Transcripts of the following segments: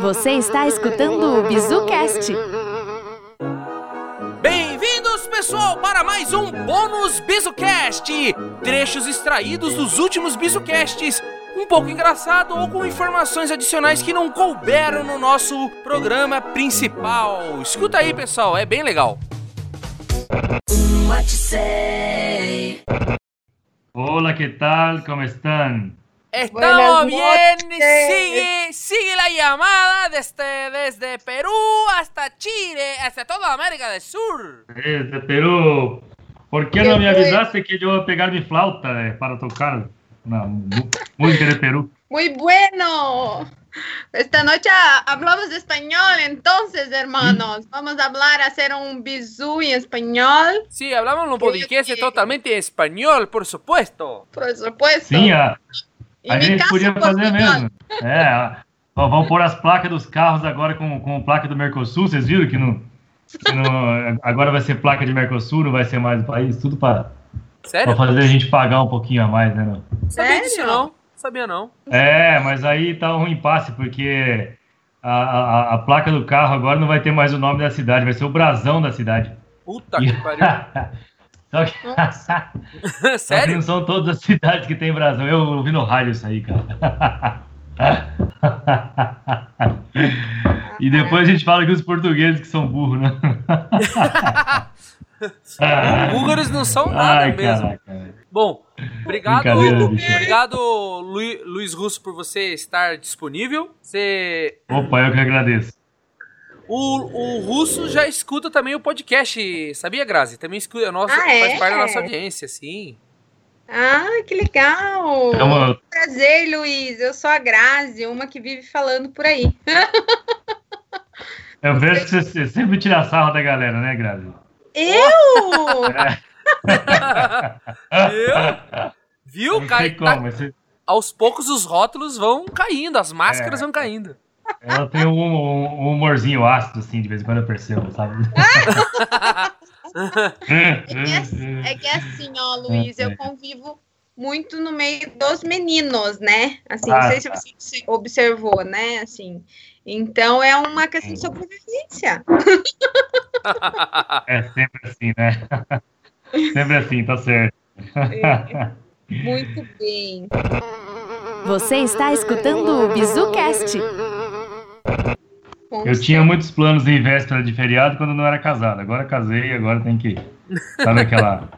Você está escutando o BizuCast. Bem-vindos, pessoal, para mais um bônus BizuCast! Trechos extraídos dos últimos BizuCasts, um pouco engraçado ou com informações adicionais que não couberam no nosso programa principal. Escuta aí, pessoal, é bem legal. Hola, ¿qué tal? ¿Cómo están? Estamos Buenas bien, noches. Então, sigue, sigue la llamada desde, desde Perú hasta Chile, hasta toda a América do Sur. Desde Eh, Perú. ¿Por qué no me avisaste que yo iba a pegar mi flauta eh, para tocar una mu- música de Perú? Muy bueno. Esta noche hablamos de español, entonces, hermanos. Vamos a hablar, a hacer un bisú en español, Sí, hablamos un podcast totalmente en español, por supuesto. por supuesto. Sim, a, Y a mi gente casa podia en fazer Portugal. mesmo. É, a- ó, vamos pôr as placas dos carros agora com, com placa do Mercosul. Vocês viram que, não, que não- agora vai ser placa de Mercosul, não vai ser mais país, tudo para ¿Serio? fazer a gente pagar um pouquinho a mais, né? Não? Sabia disso Sério? não? Sabia não. É, mas aí tá um impasse, porque a, a- a placa do carro agora não vai ter mais o nome da cidade, vai ser o brasão da cidade. Puta Tá que pariu. Só que, só que não Sério? são todas as cidades que tem brasão. Eu ouvi no rádio isso aí, cara. E depois a gente fala que os portugueses que são burros, né? Búlgaros não são nada Tá Ai, mesmo. caraca. Bom, obrigado, Brincadeira, bicho. obrigado Lu- Luiz Russo por você estar disponível. Você, Opa, eu que agradeço. o, o Russo já escuta também o podcast, sabia, Grazi? Também escuta, nossa, Ah, é? faz parte da nossa audiência, sim. Ah, que legal. Então, Prazer, Luiz. Eu sou a Grazi, uma que vive falando por aí. eu vejo que você sempre tira sarro da galera, né, Grazi? Eu? Viu? Viu, É Não um cara? sei como, Tá- você- aos poucos os rótulos vão caindo, as máscaras É. vão caindo. Ela tem um, um humorzinho ácido, assim, de vez em quando eu percebo, sabe? É que, ass- é que assim, ó, Luiz, é. eu convivo muito no meio dos meninos, né? Assim, não Ah, sei se tá. você se observou, né? Assim, então é uma questão de sobrevivência. É sempre assim, né? Sempre assim, tá certo. Muito bem. Você está escutando o BizuCast. Como Eu tinha muitos planos em véspera de feriado quando eu não era casado. Agora casei, agora tem que. Sabe aquela,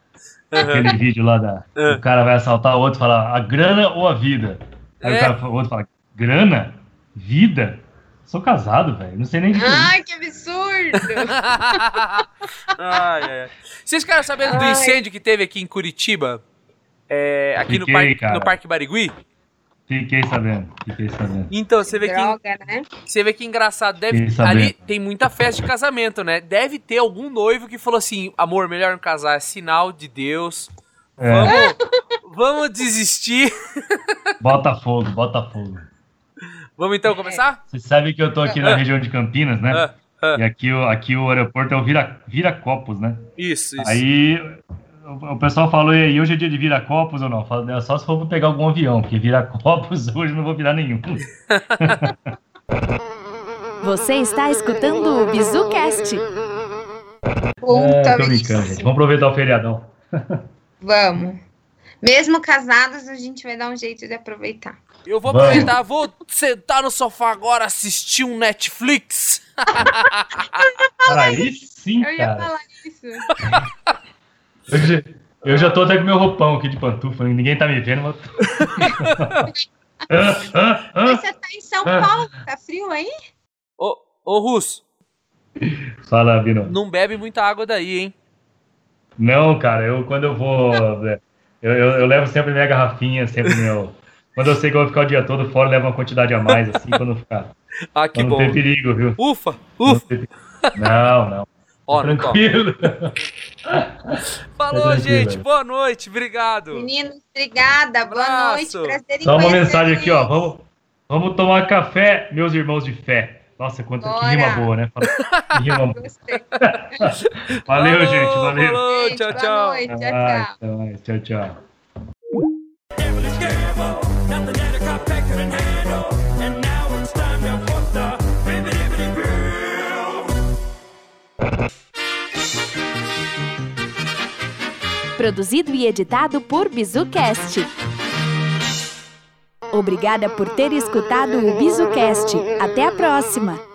aquele É. vídeo lá da. O cara vai assaltar o outro e fala, a grana ou a vida? Aí É. o, cara, o outro fala, grana? Vida? Sou casado, velho. Não sei nem o que é isso. Ai, que absurdo! Ai, ai, ai. Vocês ficaram sabendo do Ai. incêndio que teve aqui em Curitiba? É, aqui no Fiquei, parque, cara. no parque Barigui? Fiquei sabendo, fiquei sabendo. Então, você vê que Droga, né? Você vê que engraçado, deve, Fiquei sabendo. ali tem muita festa de casamento, né? Deve ter algum noivo que falou assim: amor, melhor não casar, é sinal de Deus. É, Vamos, vamos desistir. Botafogo, Botafogo. Vamos então começar? Você sabe que eu tô É, aqui na região de Campinas, né? Ah, ah. E aqui, o- aqui o aeroporto é o Vira, Viracopos, né? É. Isso, isso. Aí o, o pessoal falou, e aí, hoje é dia de Viracopos ou não? Eu falo, "Não, só se for pra pegar algum avião, porque Viracopos hoje eu não vou virar nenhum. Você está escutando o BizuCast. Puta É, tô brincando, merda. gente. Vamos aproveitar o feriadão. Vamos. Mesmo casados, a gente vai dar um jeito de aproveitar. Eu vou Vamos. aproveitar, vou sentar no sofá agora, assistir um Netflix. Aí sim, Ah, Eu ia cara. Ah. falar isso. Eu já, eu já tô até com meu roupão aqui de pantufa, ninguém tá me vendo, mas... Ah, ah, Mas ah. você tá em São Ah. Paulo, tá frio aí? Ô, ô Russo, Fala, Vino. não bebe muita água daí, hein? Não, cara, eu quando eu vou. é, Eu, eu, eu levo sempre minha garrafinha, sempre meu. Quando eu sei que eu vou ficar o dia todo fora, eu levo uma quantidade a mais, assim, quando eu ficar. Ah, Pra que não bom. ter perigo, viu? Ufa, ufa. Não, não. Tá Ó, então. não toma. Tranquilo. Falou, tranquilo, gente. velho. Boa noite, obrigado. Meninos, obrigada. Boa Abraço. noite. Prazer em Só uma conhecer mensagem aqui, vocês. ó. Vamos, vamos tomar café, meus irmãos de fé. Nossa, quanta, que rima Bora. boa, né? Fala- Que rima boa. Gostei. Valeu, Falou, gente. Valeu. falou, Gente, tchau, boa tchau. noite, tchau, Até tchau. mais, até mais. Tchau, tchau. Nothing that a cop pack couldn't handle. And now it's time to put the Produzido e editado por BizuCast. Obrigada por ter escutado o BizuCast. Até a próxima!